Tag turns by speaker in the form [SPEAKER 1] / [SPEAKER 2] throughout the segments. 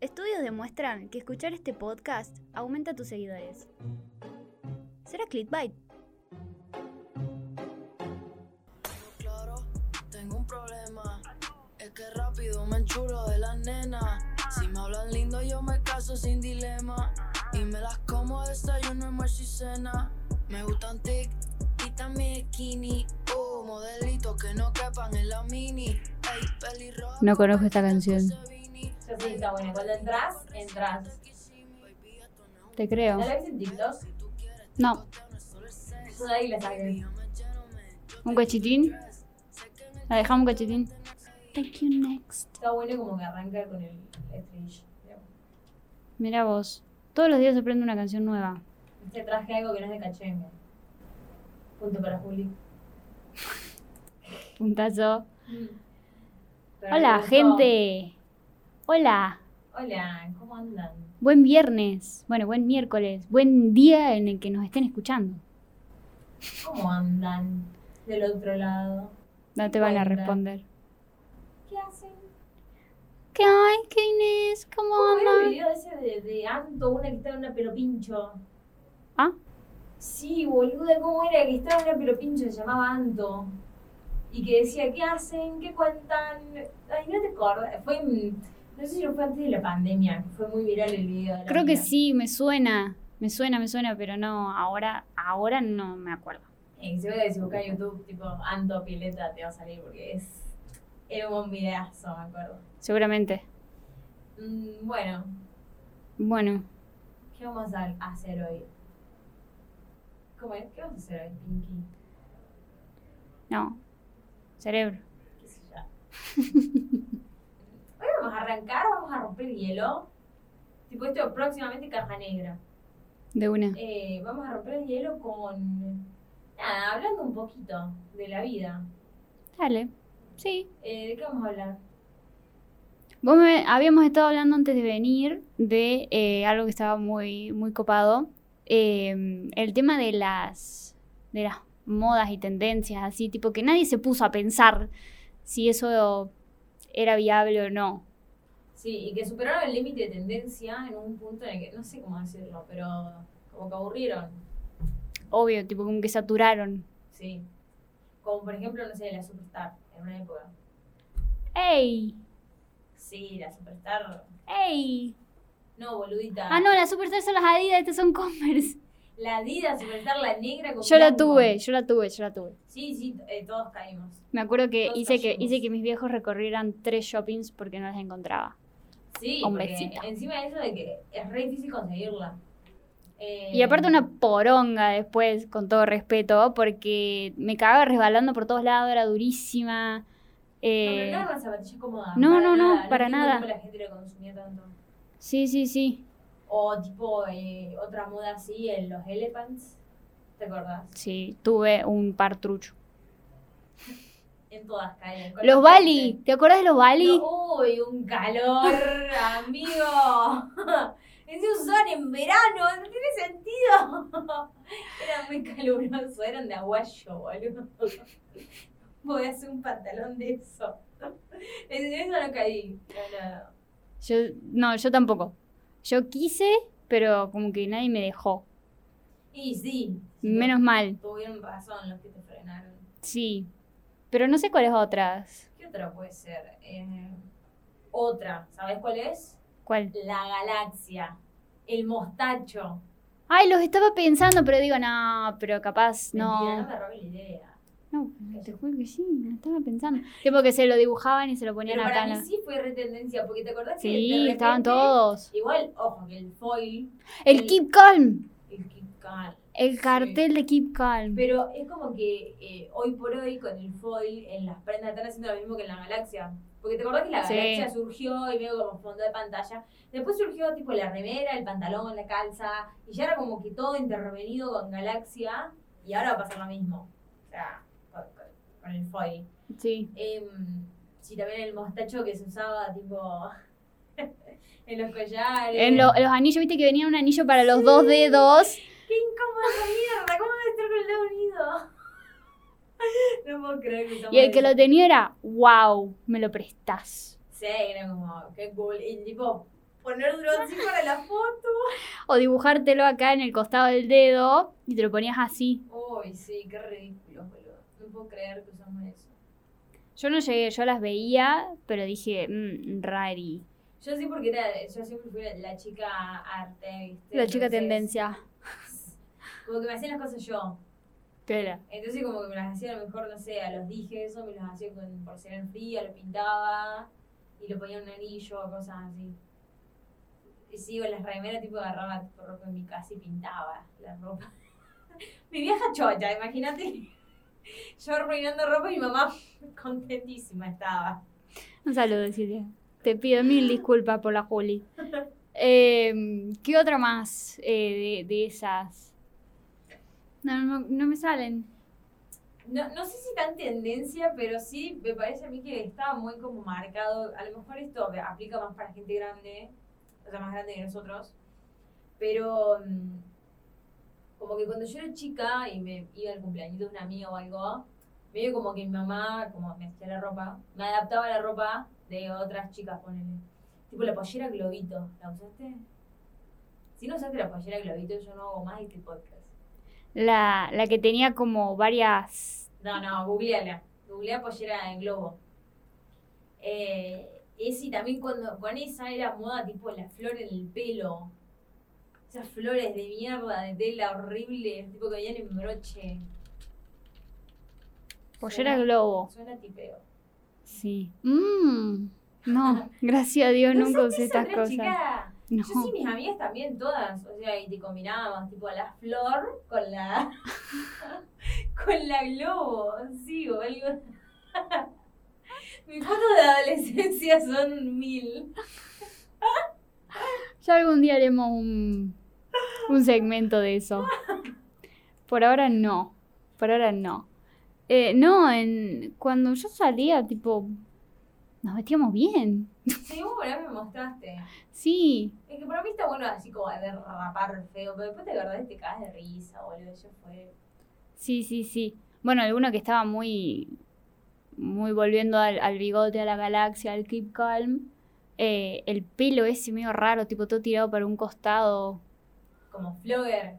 [SPEAKER 1] Estudios demuestran que escuchar este podcast aumenta tus seguidores. ¿Será clickbait?
[SPEAKER 2] claro, tengo un problema. Es que rápido me enchulo de las nenas. Si me hablan lindo, yo me caso sin dilema. Y me las como a desayuno, almuerzo y cena. Me gustan tic y también skinny. Oh, modelitos que no quepan en la mini. Ey, pelirroja
[SPEAKER 1] No
[SPEAKER 2] con
[SPEAKER 1] conozco esta canción.
[SPEAKER 3] Yo sí, está bueno. Cuando entras, entras.
[SPEAKER 1] Te creo.
[SPEAKER 3] ¿No la ves en TikTok?
[SPEAKER 1] No,
[SPEAKER 3] Yo de ahí la saqué.
[SPEAKER 1] un cachitín. La dejamos un cachitín. Thank you next.
[SPEAKER 3] Está bueno como que arranca con el estribillo.
[SPEAKER 1] Mira vos. Todos los días se aprende una canción nueva.
[SPEAKER 3] Te traje algo que no es de cachemia. Punto para Juli.
[SPEAKER 1] Puntazo.
[SPEAKER 3] Pero
[SPEAKER 1] Mm. Hola,
[SPEAKER 3] me gustó.
[SPEAKER 1] gente. Hola.
[SPEAKER 3] Hola, ¿cómo andan?
[SPEAKER 1] Buen viernes. Bueno, buen miércoles. Buen día en el que nos estén escuchando.
[SPEAKER 3] ¿Cómo andan? Del otro lado.
[SPEAKER 1] No te van a
[SPEAKER 3] Hola.
[SPEAKER 1] responder.
[SPEAKER 3] ¿Qué hacen?
[SPEAKER 1] ¿Qué hay, qué Inés? ¿Cómo
[SPEAKER 3] ¿Cómo era el
[SPEAKER 1] andas?
[SPEAKER 3] video ese de, de Anto, una que estaba en una pelopincho?
[SPEAKER 1] ¿Ah?
[SPEAKER 3] Sí, boluda, ¿cómo era que estaba en una pelopincho? Se llamaba Anto. Y que decía, ¿qué hacen? ¿Qué cuentan? Ay, no te acordás. Fue, en- no sé si no fue antes de la pandemia, que fue muy viral el video. de la
[SPEAKER 1] Creo que
[SPEAKER 3] mina.
[SPEAKER 1] sí, me suena. Me suena, me suena, pero no, ahora, ahora no me acuerdo.
[SPEAKER 3] Eh, se ve si buscas YouTube, tipo Anto Pileta, te va a salir porque es. Era un buen videazo, me acuerdo.
[SPEAKER 1] Seguramente.
[SPEAKER 3] Mm, bueno,
[SPEAKER 1] Bueno,
[SPEAKER 3] ¿qué vamos a a hacer hoy? ¿Cómo es? ¿Qué vamos a hacer hoy, Pinky?
[SPEAKER 1] no. Cerebro.
[SPEAKER 3] qué sé yo. Hoy vamos a arrancar, vamos a romper hielo. Tipo esto próximamente caja negra.
[SPEAKER 1] De una.
[SPEAKER 3] Eh, vamos a romper el hielo con. Nada, hablando un poquito de la vida.
[SPEAKER 1] Dale. Sí.
[SPEAKER 3] Eh, ¿De qué vamos a hablar?
[SPEAKER 1] Vos me habíamos estado hablando antes de venir de eh, algo que estaba muy, muy copado. Eh, el tema de las, de las modas y tendencias, así, tipo que nadie se puso a pensar si eso era viable o no.
[SPEAKER 3] Sí, y que superaron el límite de tendencia en un punto en el que. No sé cómo decirlo, pero como que aburrieron.
[SPEAKER 1] Obvio, tipo como que saturaron.
[SPEAKER 3] Sí. Como por ejemplo, no sé, la Superstar en una época.
[SPEAKER 1] ¡Ey!
[SPEAKER 3] Sí, la Superstar.
[SPEAKER 1] ¡Ey!
[SPEAKER 3] No, boludita.
[SPEAKER 1] Ah, no, las Superstar son las Adidas, estas son Converse.
[SPEAKER 3] La Adidas Superstar, la negra con
[SPEAKER 1] Yo la
[SPEAKER 3] blanco.
[SPEAKER 1] tuve, yo la tuve, yo la tuve.
[SPEAKER 3] Sí, sí, eh, todos caímos.
[SPEAKER 1] Me acuerdo que
[SPEAKER 3] Todos
[SPEAKER 1] hice que,
[SPEAKER 3] cayemos.
[SPEAKER 1] hice que mis viejos recorrieran tres shoppings porque no las encontraba.
[SPEAKER 3] Sí,
[SPEAKER 1] Con
[SPEAKER 3] porque
[SPEAKER 1] besita.
[SPEAKER 3] encima de eso de que es re difícil conseguirla. Eh,
[SPEAKER 1] Y aparte una poronga después, con todo respeto, porque me cagaba resbalando por todos lados, era durísima.
[SPEAKER 3] No,
[SPEAKER 1] Eh,
[SPEAKER 3] pero no era una zapatilla cómoda.
[SPEAKER 1] no, no, no, para
[SPEAKER 3] entiendo
[SPEAKER 1] nada.
[SPEAKER 3] cómo la gente lo consumía tanto.
[SPEAKER 1] Sí, sí, sí.
[SPEAKER 3] O tipo, eh, otra moda así, en los elephants. ¿Te acordás?
[SPEAKER 1] Sí, tuve un par trucho.
[SPEAKER 3] En todas caían. con
[SPEAKER 1] Los
[SPEAKER 3] la
[SPEAKER 1] Bali,
[SPEAKER 3] gente.
[SPEAKER 1] ¿te acuerdas de los Bali?
[SPEAKER 3] No, uy, un calor, amigo. Es un sol en verano, no tiene sentido. Era muy caluroso, eran de aguayo, boludo. Voy a hacer un pantalón de eso. En eso no caí. no, no.
[SPEAKER 1] Yo, no, yo tampoco. Yo quise, pero como que nadie me dejó.
[SPEAKER 3] Y sí,
[SPEAKER 1] Menos mal,
[SPEAKER 3] tuvieron razón los que te frenaron.
[SPEAKER 1] sí. Pero no sé cuáles otras.
[SPEAKER 3] ¿Qué otra puede ser? Eh, otra, ¿sabes cuál es?
[SPEAKER 1] ¿Cuál?
[SPEAKER 3] La galaxia, el mostacho.
[SPEAKER 1] Ay, los estaba pensando, pero digo, no, pero capaz
[SPEAKER 3] Mentira,
[SPEAKER 1] no.
[SPEAKER 3] no me robé la idea.
[SPEAKER 1] No, te juro que sí, no estaba pensando. Tipo que se lo dibujaban y se lo ponían
[SPEAKER 3] Pero
[SPEAKER 1] acá.
[SPEAKER 3] para
[SPEAKER 1] en
[SPEAKER 3] mí
[SPEAKER 1] la-
[SPEAKER 3] sí fue retendencia, porque te acordás que.
[SPEAKER 1] Sí,
[SPEAKER 3] de repente-
[SPEAKER 1] estaban todos.
[SPEAKER 3] Igual, ojo, que el foil,
[SPEAKER 1] El
[SPEAKER 3] el-
[SPEAKER 1] Keep Calm,
[SPEAKER 3] el Kit Kat,
[SPEAKER 1] el cartel de Keep Calm.
[SPEAKER 3] Pero es como que eh, hoy por hoy con el foil en las prendas están haciendo lo mismo que en la galaxia. Porque te acordás que la
[SPEAKER 1] Sí.
[SPEAKER 3] galaxia surgió y veo como fondo de pantalla. Después surgió tipo la remera, el pantalón, la calza. Y ya era como que todo intervenido con galaxia. Y ahora va a pasar lo mismo. O sea, con, con- con el foil.
[SPEAKER 1] Sí,
[SPEAKER 3] Em, sí, también el mostacho que se usaba tipo en los collares.
[SPEAKER 1] en lo- los anillos, viste que venía un anillo para los dos dedos.
[SPEAKER 3] ¡Qué incómodo esa mierda! ¿Cómo debe estar con el dedo unido? No puedo creer que estamos
[SPEAKER 1] Y el que
[SPEAKER 3] en-
[SPEAKER 1] lo tenía era, wow, me lo prestás.
[SPEAKER 3] Sí, era como, qué cool. Y tipo, poner así para la foto.
[SPEAKER 1] O dibujártelo acá en el costado del dedo y te lo ponías así.
[SPEAKER 3] Uy, sí, qué ridículo, boludo. No puedo creer que usamos eso.
[SPEAKER 1] Yo no llegué, yo las veía, pero dije, mmm, rari.
[SPEAKER 3] Yo sí, porque era, yo siempre fui la, la chica arte, ¿viste?
[SPEAKER 1] La chica
[SPEAKER 3] Entonces,
[SPEAKER 1] tendencia.
[SPEAKER 3] Como que me hacían las cosas yo.
[SPEAKER 1] ¿Qué era?
[SPEAKER 3] Entonces, como que me las hacía a lo mejor, no sé, a los dije eso, me los hacía con porcelana fría, lo pintaba y lo ponía en un anillo o cosas así. Y sí, o las remeras, tipo, agarraba tipo, ropa en mi casa y pintaba la ropa. mi vieja chocha, imagínate. Yo arruinando ropa y mi mamá contentísima estaba.
[SPEAKER 1] Un saludo, Silvia. Te pido mil disculpas por la Juli. Eh, ¿Qué otra más eh, de, de esas? No, no, no me salen.
[SPEAKER 3] No, no sé si tan tendencia, pero sí me parece a mí que estaba muy como marcado. A lo mejor esto aplica más para gente grande, o sea, más grande que nosotros. Pero mm, como que cuando yo era chica y me iba al cumpleaños de una amiga o algo, medio como que mi mamá como me hacía la ropa, me adaptaba a la ropa de otras chicas, ponele. Tipo la pollera globito, ¿la usaste? Si no usaste la pollera globito, yo no hago más este podcast.
[SPEAKER 1] La, la que tenía como varias...
[SPEAKER 3] No, no, googleala. Googlea pollera en globo. Eh, ese y también cuando con esa era moda tipo la flor en el pelo. Esas flores de mierda, de tela horrible, tipo que veían en broche.
[SPEAKER 1] Pollera
[SPEAKER 3] Suena-
[SPEAKER 1] globo.
[SPEAKER 3] Suena tipeo.
[SPEAKER 1] Sí. Mm, no, gracias a Dios
[SPEAKER 3] ¿No
[SPEAKER 1] nunca
[SPEAKER 3] usaste
[SPEAKER 1] usé
[SPEAKER 3] esa
[SPEAKER 1] estas
[SPEAKER 3] otra,
[SPEAKER 1] cosas.
[SPEAKER 3] chica?
[SPEAKER 1] No.
[SPEAKER 3] Yo sí, mis amigas también, todas. O sea, y te combinábamos, tipo, la flor con la. con la globo, sí, o algo. Mis fotos de adolescencia son mil.
[SPEAKER 1] Ya algún día haremos un, un segmento de eso. Por ahora no. Por ahora no. Eh, no, en, cuando yo salía, tipo, nos vestíamos bien.
[SPEAKER 3] Sí, vos por ahí me mostraste.
[SPEAKER 1] Sí.
[SPEAKER 3] Es que para mí está bueno así como de rapar feo, pero después te acordás y te cagas de risa, boludo. Yo fue.
[SPEAKER 1] Sí, sí, sí. Bueno, alguno que estaba muy, muy volviendo al, al bigote, a la galaxia, al Keep Calm. Eh, el pelo ese medio raro, tipo todo tirado para un costado.
[SPEAKER 3] como flogger.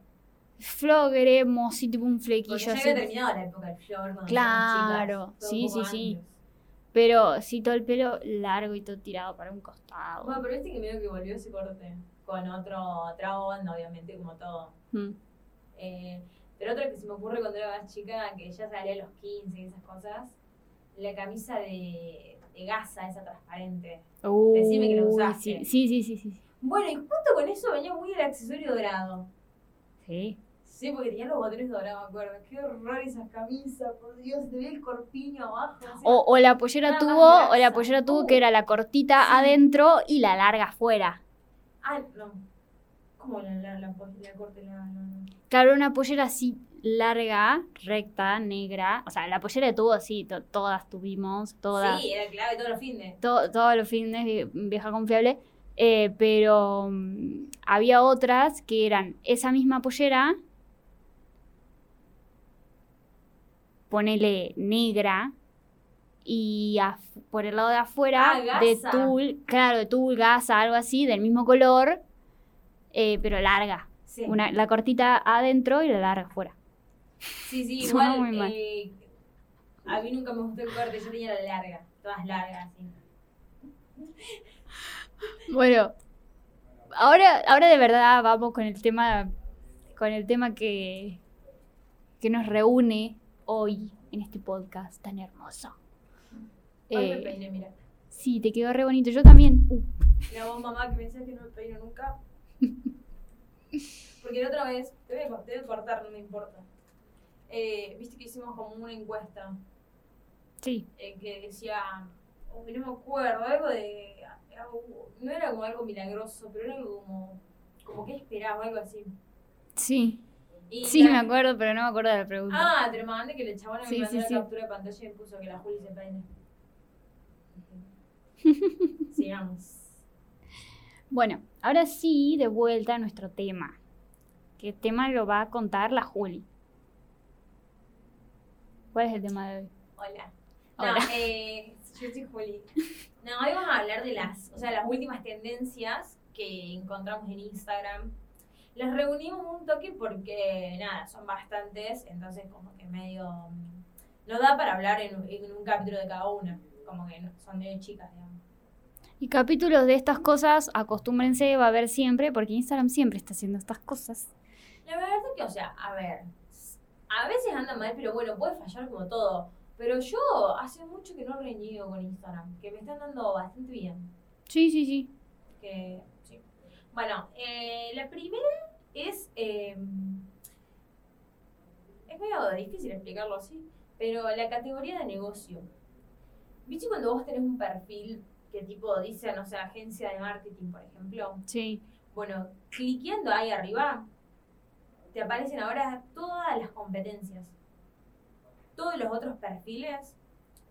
[SPEAKER 1] Flogeremos, sí, tipo un
[SPEAKER 3] Porque
[SPEAKER 1] flequillo
[SPEAKER 3] ya
[SPEAKER 1] así.
[SPEAKER 3] había terminado la época del flogger cuando
[SPEAKER 1] Claro,
[SPEAKER 3] éramos chicas,
[SPEAKER 1] sí,
[SPEAKER 3] todo un poco
[SPEAKER 1] sí, sí.
[SPEAKER 3] antes.
[SPEAKER 1] Pero sí, todo el pelo largo y todo tirado para un costado.
[SPEAKER 3] Bueno, pero viste que medio que volvió ese corte. Con otro, otra onda, obviamente, como todo.
[SPEAKER 1] Mm.
[SPEAKER 3] Eh, pero otra que se me ocurre cuando era más chica, que ya salía a los 15 y esas cosas, la camisa de, de gasa, esa transparente. Decime que lo
[SPEAKER 1] Uy,
[SPEAKER 3] usaste.
[SPEAKER 1] Sí, sí, sí, sí. sí.
[SPEAKER 3] Bueno, y junto con eso venía muy el accesorio dorado.
[SPEAKER 1] Sí.
[SPEAKER 3] Sí, porque tenía los botones dorados, me acuerdo. Qué horror esas camisas, por Dios, te ve el corpiño abajo. o sea,
[SPEAKER 1] O, o la pollera
[SPEAKER 3] Nada más
[SPEAKER 1] tuvo, o la
[SPEAKER 3] grasa.
[SPEAKER 1] pollera tuvo
[SPEAKER 3] Uh.
[SPEAKER 1] que era la cortita
[SPEAKER 3] Sí.
[SPEAKER 1] adentro y la larga afuera.
[SPEAKER 3] Ah, no. ¿Cómo la, la, la, pos- la corte la, la- la-
[SPEAKER 1] Claro, una pollera así larga, recta, negra. O sea, la pollera de tubo sí, to- todas tuvimos, todas.
[SPEAKER 3] Sí, era clave todos los fines.
[SPEAKER 1] to- todos los fines, vie- vieja confiable. eh, pero mm, había otras que eran esa misma pollera, ponele negra, y af- por el lado de afuera,
[SPEAKER 3] Ah,
[SPEAKER 1] de
[SPEAKER 3] gasa.
[SPEAKER 1] tul, claro, de tul, gasa, algo así, del mismo color, eh, pero larga.
[SPEAKER 3] Sí.
[SPEAKER 1] Una, la cortita adentro y la larga afuera.
[SPEAKER 3] Sí, sí,
[SPEAKER 1] Sonó
[SPEAKER 3] igual.
[SPEAKER 1] muy mal.
[SPEAKER 3] eh, a mí nunca me gustó el corte, yo tenía la larga, todas largas, sí.
[SPEAKER 1] Bueno, ahora, ahora de verdad vamos con el tema, con el tema que, que nos reúne hoy en este podcast tan hermoso.
[SPEAKER 3] Hoy me
[SPEAKER 1] Eh,
[SPEAKER 3] peiné, mira.
[SPEAKER 1] sí, te quedó re bonito. Yo también. Uh,
[SPEAKER 3] La vos, mamá, que pensás que no me peino nunca. Porque la otra vez, te voy a, co- te voy a cortar, no me importa. Eh, Viste que hicimos como una encuesta
[SPEAKER 1] sí.
[SPEAKER 3] eh, que decía, oh, no me acuerdo, algo de. algo- no era como algo milagroso, pero era algo como. como que esperaba, algo así.
[SPEAKER 1] Sí.
[SPEAKER 3] Y
[SPEAKER 1] Sí, me
[SPEAKER 3] la-
[SPEAKER 1] acuerdo, pero no me acuerdo de la pregunta.
[SPEAKER 3] Ah, te lo mandé que le chabona
[SPEAKER 1] Sí,
[SPEAKER 3] me mandó
[SPEAKER 1] sí,
[SPEAKER 3] la
[SPEAKER 1] sí.
[SPEAKER 3] captura de pantalla y me puso que la Juli se peine. Sigamos.
[SPEAKER 1] Bueno, ahora sí, de vuelta a nuestro tema. ¿Qué tema lo va a contar la Juli? ¿Cuál es el tema de hoy?
[SPEAKER 3] Hola. No,
[SPEAKER 1] Hola.
[SPEAKER 3] eh, yo soy Juli. No, hoy vamos a hablar de las, o sea, las últimas tendencias que encontramos en Instagram. Les reunimos un toque porque, nada, son bastantes, entonces como que medio... mm, No da para hablar en, un- en un capítulo de cada una, como que no- son de chicas, digamos.
[SPEAKER 1] Y capítulos de estas cosas, acostúmbrense, va a haber siempre, porque Instagram siempre está haciendo estas cosas.
[SPEAKER 3] La verdad es que, o sea, a ver, a veces anda mal, pero bueno, puede fallar como todo. Pero yo hace mucho que no reniego con Instagram, que me están dando bastante bien.
[SPEAKER 1] Sí, sí, sí.
[SPEAKER 3] que sí. Bueno, eh, la primera es. eh, es medio difícil explicarlo así, pero la categoría de negocio. ¿Viste cuando vos tenés un perfil que tipo dice, no sé, agencia de marketing, por ejemplo?
[SPEAKER 1] Sí.
[SPEAKER 3] Bueno, cliqueando ahí arriba, te aparecen ahora todas las competencias. Todos los otros perfiles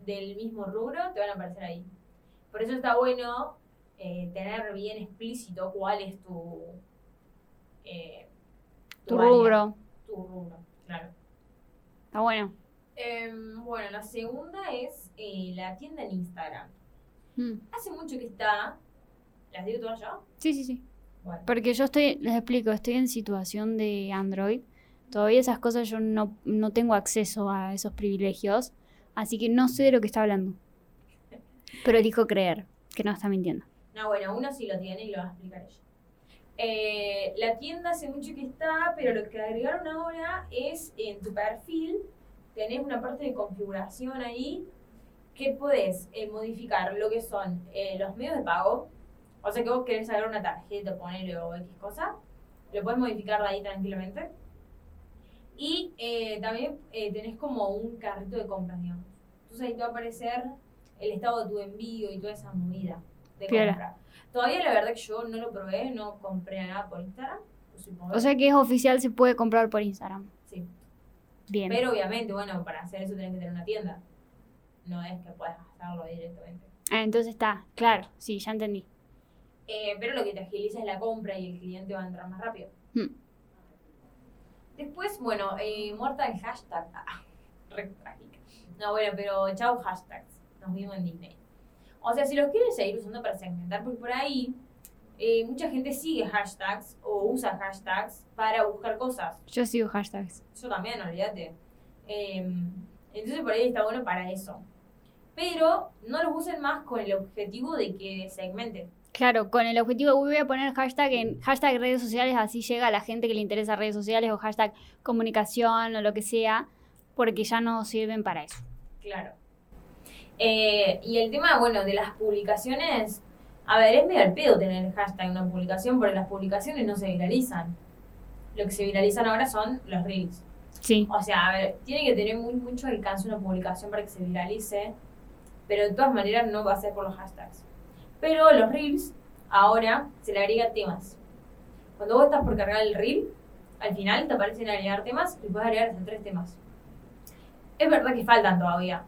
[SPEAKER 3] del mismo rubro te van a aparecer ahí. Por eso está bueno eh, tener bien explícito cuál es tu, eh,
[SPEAKER 1] Tu
[SPEAKER 3] área,
[SPEAKER 1] rubro.
[SPEAKER 3] tu rubro, claro.
[SPEAKER 1] Está bueno.
[SPEAKER 3] Em, bueno, la segunda es eh, la tienda en Instagram.
[SPEAKER 1] Mm.
[SPEAKER 3] Hace mucho que está. ¿Las digo todas yo?
[SPEAKER 1] Sí, sí, sí.
[SPEAKER 3] Bueno.
[SPEAKER 1] Porque yo estoy, les explico, estoy en situación de Android. Todavía esas cosas yo no, no tengo acceso a esos privilegios. Así que no sé de lo que está hablando. Pero elijo creer que no está mintiendo.
[SPEAKER 3] No, bueno, uno sí lo tiene y lo va a explicar ella. Eh, la tienda hace mucho que está, pero lo que agregaron ahora es en tu perfil, tenés una parte de configuración ahí que podés eh, modificar lo que son eh, los medios de pago. O sea que vos querés sacar una tarjeta, ponerle o X cosa, lo podés modificar ahí tranquilamente. Y eh, también eh, tenés como un carrito de compras, digamos. Entonces ahí te va a aparecer el estado de tu envío y toda esa movida de
[SPEAKER 1] Piola.
[SPEAKER 3] compra. Todavía la verdad que yo no lo probé, no compré nada por Instagram. pues supongo
[SPEAKER 1] O sea que es oficial, se puede comprar por Instagram.
[SPEAKER 3] Sí.
[SPEAKER 1] Bien.
[SPEAKER 3] Pero obviamente, bueno, para hacer eso tenés que tener una tienda. No es que puedas hacerlo directamente.
[SPEAKER 1] Ah, entonces está, claro, sí, ya entendí.
[SPEAKER 3] Eh, pero lo que te agiliza es la compra y el cliente va a entrar más rápido.
[SPEAKER 1] Hmm.
[SPEAKER 3] Después, bueno, eh, muerta el hashtag. Ah, re trágica. No, bueno, pero chau hashtags. Nos vimos en Disney. O sea, si los quieren seguir usando para segmentar, porque por ahí eh, mucha gente sigue hashtags o usa hashtags para buscar cosas.
[SPEAKER 1] Yo sigo hashtags.
[SPEAKER 3] Yo también, olvídate. Eh, entonces por ahí está bueno para eso. Pero no los usen más con el objetivo de que segmenten.
[SPEAKER 1] Claro, con el objetivo de "Uy, voy a poner hashtag en hashtag redes sociales, así llega a la gente que le interesa redes sociales o hashtag comunicación o lo que sea, porque ya no sirven para eso.
[SPEAKER 3] Claro. Eh, y el tema, bueno, de las publicaciones. A ver, es medio al pedo tener el hashtag en una publicación porque las publicaciones no se viralizan. Lo que se viralizan ahora son los reels.
[SPEAKER 1] Sí.
[SPEAKER 3] O sea, a ver, tiene que tener muy, mucho alcance una publicación para que se viralice, pero de todas maneras no va a ser por los hashtags. Pero los reels, ahora se le agrega temas. Cuando vos estás por cargar el reel, al final te aparecen agregar temas y puedes agregar hasta tres temas. Es verdad que faltan todavía,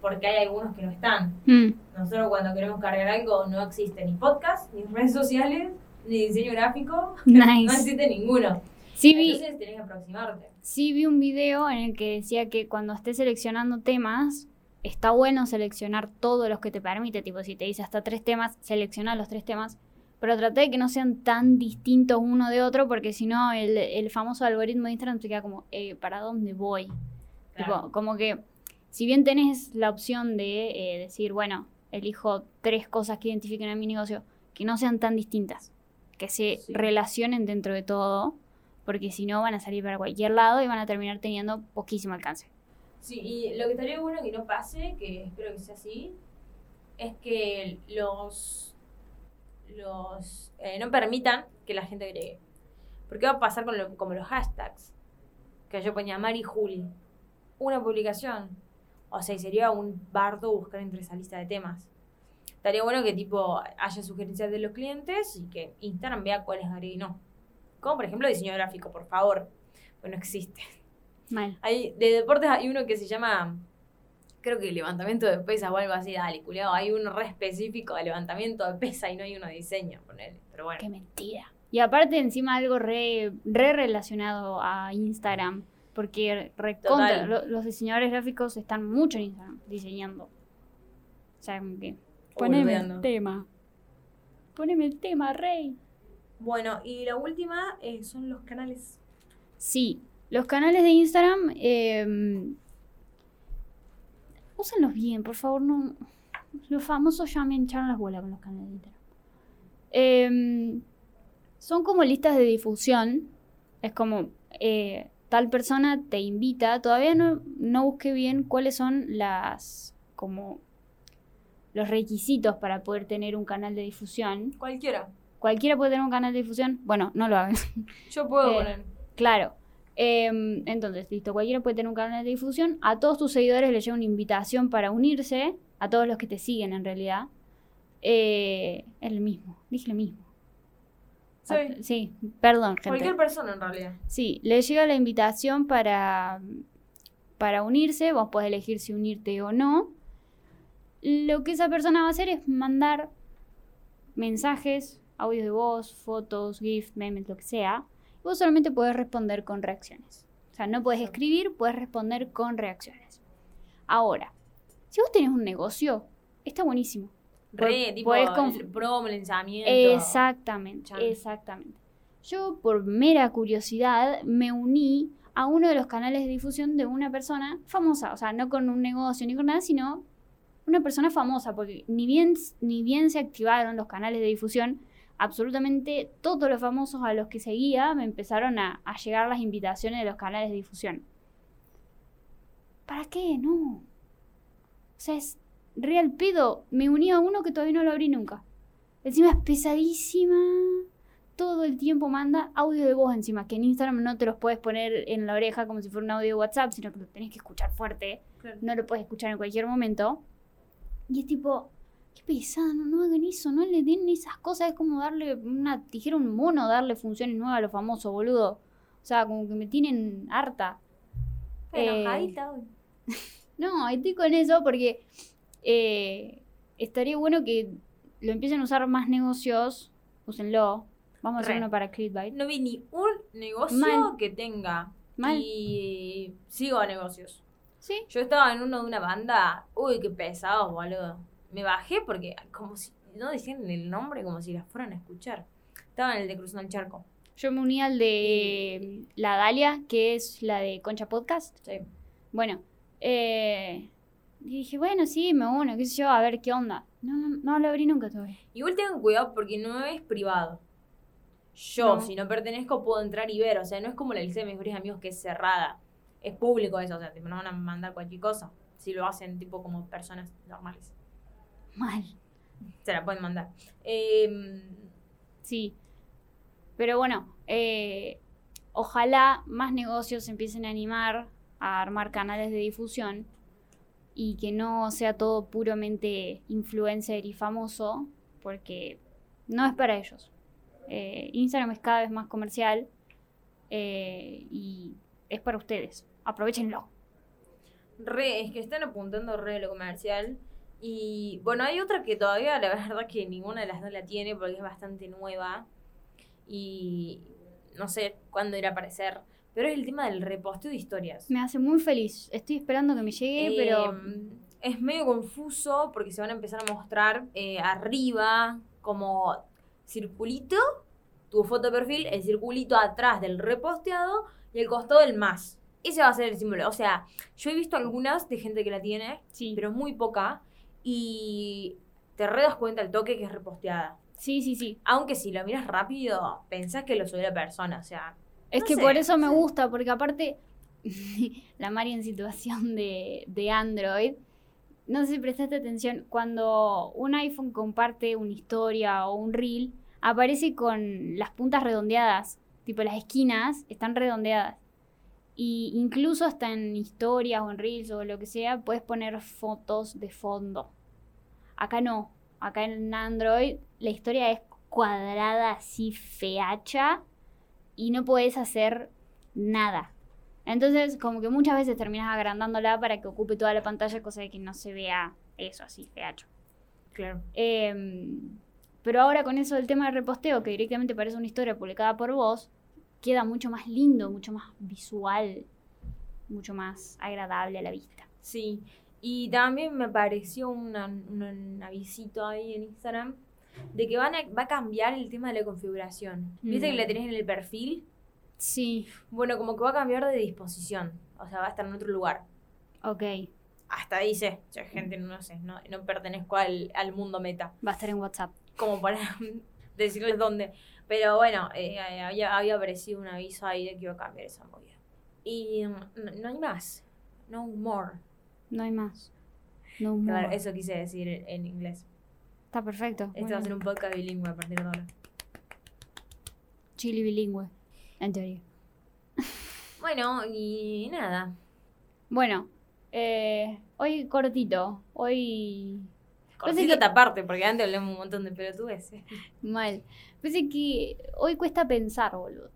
[SPEAKER 3] porque hay algunos que no están.
[SPEAKER 1] Mm,
[SPEAKER 3] Nosotros cuando queremos cargar algo no existe ni podcast, ni redes sociales, ni diseño gráfico, no
[SPEAKER 1] nice.
[SPEAKER 3] existe ninguno.
[SPEAKER 1] Sí vi,
[SPEAKER 3] Entonces tenés que aproximarte.
[SPEAKER 1] sí vi un video en el que decía que cuando estés seleccionando temas, está bueno seleccionar todos los que te permite. Tipo, si te dice hasta tres temas, selecciona los tres temas. Pero trata de que no sean tan distintos uno de otro, porque si no, el, el famoso algoritmo de Instagram te queda como, eh, ¿para dónde voy?
[SPEAKER 3] Claro.
[SPEAKER 1] Tipo, como que, si bien tenés la opción de eh, decir, bueno, elijo tres cosas que identifiquen a mi negocio, que no sean tan distintas, que se
[SPEAKER 3] Sí.
[SPEAKER 1] relacionen dentro de todo, porque si no van a salir para cualquier lado y van a terminar teniendo poquísimo alcance.
[SPEAKER 3] Sí, y lo que estaría bueno que no pase, que espero que sea así, es que los, los eh, no permitan que la gente agregue. Porque va a pasar con lo- como los hashtags. Que yo ponía Mari Juli. Una publicación. O sea, y sería un bardo buscar entre esa lista de temas. Estaría bueno que tipo haya sugerencias de los clientes y que Instagram vea cuáles agregue y no. Como por ejemplo diseño gráfico, por favor. Pues no existe.
[SPEAKER 1] Mal.
[SPEAKER 3] Hay, de deportes hay uno que se llama, creo que levantamiento de pesas o algo así, dale, culiado. Hay uno re específico de levantamiento de pesas y no hay uno de diseño, ponele. Pero bueno,
[SPEAKER 1] Qué mentira. Y aparte encima algo re, re relacionado a Instagram, porque recontra,
[SPEAKER 3] Total.
[SPEAKER 1] lo- los diseñadores gráficos están mucho en Instagram diseñando. O sea, como que...
[SPEAKER 3] o
[SPEAKER 1] Poneme el
[SPEAKER 3] boludeando.
[SPEAKER 1] tema. Poneme el tema, rey.
[SPEAKER 3] Bueno, y la última eh, son los canales.
[SPEAKER 1] Sí, los canales de Instagram, eh, úsenlos bien, por favor, no. Los famosos ya me hincharon las bolas con los canales de Instagram. Eh, son como listas de difusión. Es como eh, tal persona te invita. Todavía no, no busqué bien cuáles son las como los requisitos para poder tener un canal de difusión.
[SPEAKER 3] Cualquiera.
[SPEAKER 1] Cualquiera puede tener un canal de difusión. Bueno, no lo hagan.
[SPEAKER 3] Yo puedo
[SPEAKER 1] Eh,
[SPEAKER 3] poner.
[SPEAKER 1] Claro. Em, entonces, listo, cualquiera puede tener un canal de difusión. A todos tus seguidores les llega una invitación para unirse, a todos los que te siguen en realidad. Eh, es lo mismo, dije lo mismo.
[SPEAKER 3] Sí.
[SPEAKER 1] A- sí, perdón, gente.
[SPEAKER 3] Cualquier persona en realidad.
[SPEAKER 1] Sí, les llega la invitación para, para unirse, vos podés elegir si unirte o no. Lo que esa persona va a hacer es mandar mensajes, audios de voz, fotos, GIF, memes, lo que sea. Y vos solamente podés responder con reacciones. O sea, no podés escribir, podés responder con reacciones. Ahora, si vos tenés un negocio, está buenísimo.
[SPEAKER 3] Re,
[SPEAKER 1] Pod-
[SPEAKER 3] tipo,
[SPEAKER 1] podés conf-
[SPEAKER 3] el promo, el lanzamiento.
[SPEAKER 1] Exactamente,
[SPEAKER 3] Chan.
[SPEAKER 1] exactamente. Yo por mera curiosidad me uní a uno de los canales de difusión de una persona famosa, o sea, no con un negocio ni con nada, sino una persona famosa, porque ni bien, ni bien se activaron los canales de difusión, absolutamente todos los famosos a los que seguía me empezaron a, a llegar las invitaciones de los canales de difusión. ¿Para qué? No. O sea, es real pedo. Me uní a uno que todavía no lo abrí nunca. Encima es pesadísima. Todo el tiempo manda audio de voz encima, que en Instagram no te los puedes poner en la oreja como si fuera un audio de WhatsApp, sino que lo tenés que escuchar fuerte.
[SPEAKER 3] Claro.
[SPEAKER 1] No lo puedes escuchar en cualquier momento. Y es tipo, qué pesado, no, no hagan eso, no le den esas cosas. Es como darle una tijera a un mono, darle funciones nuevas a los famosos, boludo. O sea, como que me tienen harta.
[SPEAKER 3] Pero
[SPEAKER 1] Eh,
[SPEAKER 3] enojadita hoy.
[SPEAKER 1] No, estoy con eso porque eh, estaría bueno que lo empiecen a usar más negocios. Úsenlo. Vamos a hacer
[SPEAKER 3] Re.
[SPEAKER 1] uno para Clickbait.
[SPEAKER 3] No vi ni un negocio
[SPEAKER 1] Mal.
[SPEAKER 3] que tenga.
[SPEAKER 1] Mal.
[SPEAKER 3] Y sigo a negocios.
[SPEAKER 1] Sí.
[SPEAKER 3] Yo estaba en uno de una banda. Uy, qué pesado, boludo. Me bajé porque, como si no decían el nombre, como si las fueran a escuchar. Estaba en el de Cruzando el Charco.
[SPEAKER 1] Yo me uní al de la Dalia, que es la de Concha Podcast.
[SPEAKER 3] Sí.
[SPEAKER 1] Bueno, eh, y dije, bueno, sí, me uno, qué sé yo, a ver qué onda. No, no, no lo abrí nunca todavía.
[SPEAKER 3] Igual tengan cuidado porque no es privado. Yo,
[SPEAKER 1] No.
[SPEAKER 3] si no pertenezco, puedo entrar y ver. O sea, no es como la lista de mis mejores amigos que es cerrada. Es público eso. O sea, tipo, no van a mandar cualquier cosa. Si lo hacen, tipo, como personas normales.
[SPEAKER 1] Mal.
[SPEAKER 3] Se la pueden mandar. Eh,
[SPEAKER 1] Sí. Pero bueno, eh, ojalá más negocios se empiecen a animar a armar canales de difusión y que no sea todo puramente influencer y famoso, porque no es para ellos. Eh, Instagram es cada vez más comercial eh, y es para ustedes. Aprovechenlo.
[SPEAKER 3] re, es que están apuntando re a lo comercial. Y bueno, hay otra que todavía la verdad que ninguna de las dos la tiene porque es bastante nueva. Y no sé cuándo irá a aparecer. Pero es el tema del reposteo de historias.
[SPEAKER 1] Me hace muy feliz. Estoy esperando que me llegue, pero
[SPEAKER 3] Em, es medio confuso porque se van a empezar a mostrar eh, arriba como circulito, tu foto de perfil, el circulito atrás del reposteado y el costado del más. Ese va a ser el símbolo. O sea, yo he visto algunas de gente que la tiene,
[SPEAKER 1] sí.
[SPEAKER 3] pero muy poca, y te re das cuenta el toque que es reposteada.
[SPEAKER 1] Sí, sí, sí.
[SPEAKER 3] Aunque si lo miras rápido, pensás que lo subió la persona, o sea,
[SPEAKER 1] Es
[SPEAKER 3] No
[SPEAKER 1] que
[SPEAKER 3] sé,
[SPEAKER 1] por eso me
[SPEAKER 3] sí.
[SPEAKER 1] gusta, porque aparte, la Mari en situación de, de Android, no sé si prestaste atención, cuando un iPhone comparte una historia o un reel, aparece con las puntas redondeadas, tipo las esquinas están redondeadas. Y incluso hasta en historias o en reels o lo que sea, puedes poner fotos de fondo. Acá no, acá en Android la historia es cuadrada así feacha y no podés hacer nada. Entonces, como que muchas veces terminas agrandándola para que ocupe toda la pantalla, cosa de que no se vea eso así, feacho.
[SPEAKER 3] claro.
[SPEAKER 1] Eh, pero ahora con eso del tema de reposteo, que directamente parece una historia publicada por vos, queda mucho más lindo, mucho más visual, mucho más agradable a la vista.
[SPEAKER 3] Sí, y también me apareció una- un, un avisito ahí en Instagram de que van a- va a cambiar el tema de la configuración. ¿Viste
[SPEAKER 1] Mm.
[SPEAKER 3] que la tenés en el perfil?
[SPEAKER 1] Sí,
[SPEAKER 3] Bueno, como que va a cambiar de disposición. O sea, va a estar en otro lugar.
[SPEAKER 1] ok.
[SPEAKER 3] Hasta dice, yo gente no sé, no, no pertenezco al, al mundo meta.
[SPEAKER 1] Va a estar en WhatsApp.
[SPEAKER 3] Como para decirles dónde. Pero bueno, eh, eh, había, había aparecido un aviso ahí de que iba a cambiar esa movida. Y mm, no, no hay más. No more.
[SPEAKER 1] No hay más. No more.
[SPEAKER 3] Claro, eso quise decir en inglés.
[SPEAKER 1] Está perfecto.
[SPEAKER 3] Este va a ser un podcast bilingüe a partir de ahora.
[SPEAKER 1] chili bilingüe, en teoría.
[SPEAKER 3] Bueno, y nada.
[SPEAKER 1] Bueno, eh, hoy cortito. Hoy
[SPEAKER 3] Cortito
[SPEAKER 1] que-
[SPEAKER 3] esta parte, porque antes hablamos un montón de pelotudeces.
[SPEAKER 1] Mal. Pensé que hoy cuesta pensar, boludo.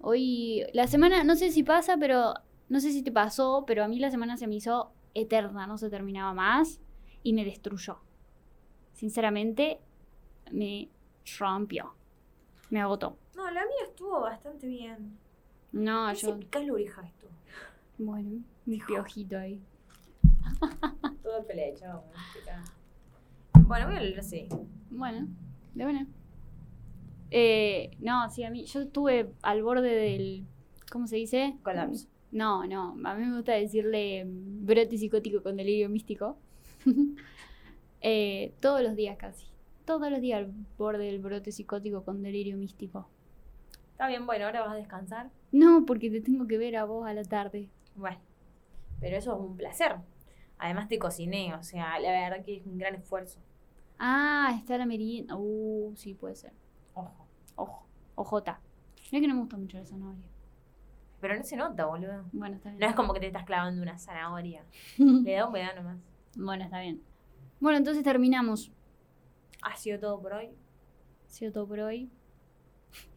[SPEAKER 1] Hoy, la semana, no sé si pasa, pero no sé si te pasó, pero a mí la semana se me hizo eterna, no se terminaba más y me destruyó. Sinceramente, me rompió. Me agotó.
[SPEAKER 3] No, la mía estuvo bastante bien.
[SPEAKER 1] No,
[SPEAKER 3] Parece
[SPEAKER 1] yo.
[SPEAKER 3] picar la oreja esto.
[SPEAKER 1] Bueno, mi piojito ahí.
[SPEAKER 3] Todo el pelechado. Bueno, voy a leer así.
[SPEAKER 1] Bueno, de buena. Eh, no, sí, a mí, yo estuve al borde del. ¿Cómo se dice?
[SPEAKER 3] Colapso.
[SPEAKER 1] No, no, a mí me gusta decirle mm, brote psicótico con delirio místico. Eh, todos los días casi. Todos los días al borde del brote psicótico con delirio místico.
[SPEAKER 3] Está bien, bueno, ahora vas a descansar.
[SPEAKER 1] No, porque te tengo que ver a vos a la tarde.
[SPEAKER 3] Bueno, pero eso es un placer. Además te cociné, o sea, la verdad que es un gran esfuerzo.
[SPEAKER 1] Ah, está la merienda. Uh, sí, puede ser.
[SPEAKER 3] Ojo.
[SPEAKER 1] Ojo, ojota. Mira que no me gusta mucho la zanahoria.
[SPEAKER 3] Pero no se nota, boludo.
[SPEAKER 1] Bueno, está bien.
[SPEAKER 3] No es como que te estás clavando una zanahoria. Le da humedad nomás.
[SPEAKER 1] Bueno, está bien. Bueno, entonces terminamos.
[SPEAKER 3] Ha sido todo por hoy.
[SPEAKER 1] Ha sido todo por hoy.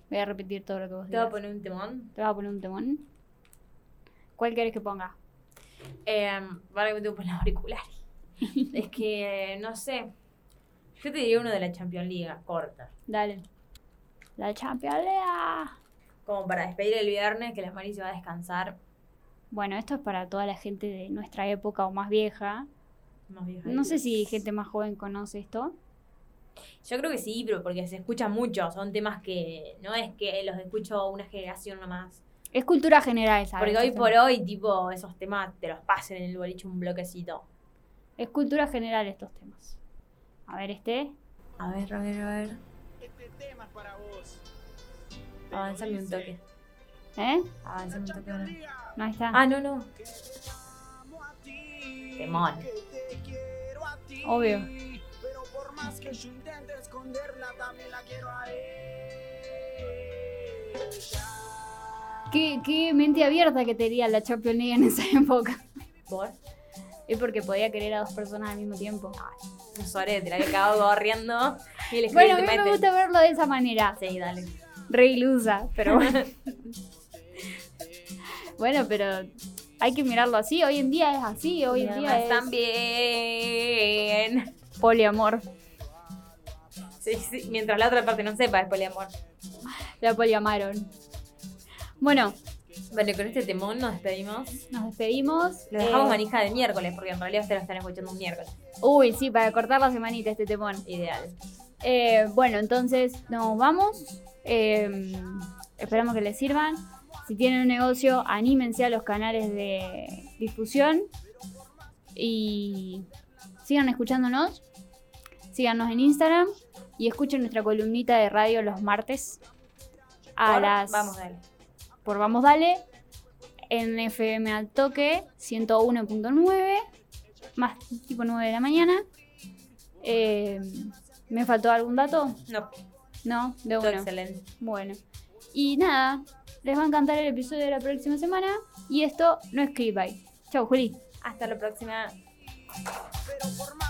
[SPEAKER 1] Voy a repetir todo lo que vos
[SPEAKER 3] Te voy
[SPEAKER 1] digas.
[SPEAKER 3] a poner un temón.
[SPEAKER 1] Te voy a poner un temón. ¿Cuál querés que ponga?
[SPEAKER 3] Eh, para que me tengo que poner los auriculares. es que, eh, no sé. Yo te diría uno de la Champions League, corta.
[SPEAKER 1] Dale. La championea.
[SPEAKER 3] Como para despedir el viernes, que las Mari se va a descansar.
[SPEAKER 1] Bueno, esto es para toda la gente de nuestra época o más vieja.
[SPEAKER 3] Más vieja.
[SPEAKER 1] No sé si gente más joven conoce esto.
[SPEAKER 3] Yo creo que sí, pero porque se escucha mucho. Son temas que no es que los escucho una generación nomás.
[SPEAKER 1] Es cultura general, ¿sabes?
[SPEAKER 3] Porque hoy
[SPEAKER 1] Esto
[SPEAKER 3] por hoy, tipo, esos temas te los pasen en el boliche un bloquecito.
[SPEAKER 1] Es cultura general estos temas. A ver, este.
[SPEAKER 3] A ver, a ver, a ver.
[SPEAKER 4] Este tema es para vos. Te lo
[SPEAKER 3] Avanzame un
[SPEAKER 4] dice
[SPEAKER 3] toque.
[SPEAKER 1] ¿Eh?
[SPEAKER 3] Avanzame
[SPEAKER 4] La
[SPEAKER 3] un toque.
[SPEAKER 4] Champions
[SPEAKER 3] ahora.
[SPEAKER 4] League.
[SPEAKER 1] No, ahí está.
[SPEAKER 3] Ah, no, no.
[SPEAKER 4] Que te amo a ti,
[SPEAKER 3] Temón.
[SPEAKER 4] que te quiero a ti,
[SPEAKER 1] Obvio.
[SPEAKER 4] Pero por más que yo intente esconderla, también la quiero a ella.
[SPEAKER 1] Qué, qué mente abierta que tenía la Champions League en esa época.
[SPEAKER 3] Por.
[SPEAKER 1] Es porque podía querer a dos personas al mismo tiempo.
[SPEAKER 3] Un sorete, la había cagado corriendo. Y le
[SPEAKER 1] Bueno, a
[SPEAKER 3] escribí,
[SPEAKER 1] mí
[SPEAKER 3] te
[SPEAKER 1] me
[SPEAKER 3] meten.
[SPEAKER 1] gusta verlo de esa manera.
[SPEAKER 3] Sí, dale.
[SPEAKER 1] Re ilusa, pero bueno. bueno, pero hay que mirarlo así. Hoy en día es así. Hoy
[SPEAKER 3] Y
[SPEAKER 1] en día
[SPEAKER 3] además
[SPEAKER 1] es
[SPEAKER 3] también.
[SPEAKER 1] poliamor.
[SPEAKER 3] Sí, sí, mientras la otra parte no sepa, es poliamor.
[SPEAKER 1] La poliamaron. Bueno,
[SPEAKER 3] Bueno, con este temón nos despedimos.
[SPEAKER 1] nos despedimos.
[SPEAKER 3] Lo dejamos
[SPEAKER 1] Eh,
[SPEAKER 3] manija de miércoles, porque en realidad ustedes lo están escuchando un miércoles.
[SPEAKER 1] Uy, sí, para cortar la semanita este temón.
[SPEAKER 3] Ideal.
[SPEAKER 1] Eh, bueno, entonces nos vamos. Eh, esperamos que les sirvan. Si tienen un negocio, anímense a los canales de difusión. Y sigan escuchándonos. Síganos en Instagram. Y escuchen nuestra columnita de radio los martes. A
[SPEAKER 3] Por-
[SPEAKER 1] las.
[SPEAKER 3] Vamos, dale.
[SPEAKER 1] Por Vamos Dale. En FM al toque, 101.9. Más tipo 9 de la mañana. Eh, ¿Me faltó algún dato?
[SPEAKER 3] No,
[SPEAKER 1] No, de
[SPEAKER 3] todo
[SPEAKER 1] uno.
[SPEAKER 3] excelente.
[SPEAKER 1] Bueno. Y nada, les va a encantar el episodio de la próxima semana. Y esto no es clickbait. Chau, Juli.
[SPEAKER 3] Hasta la próxima.
[SPEAKER 4] Pero por más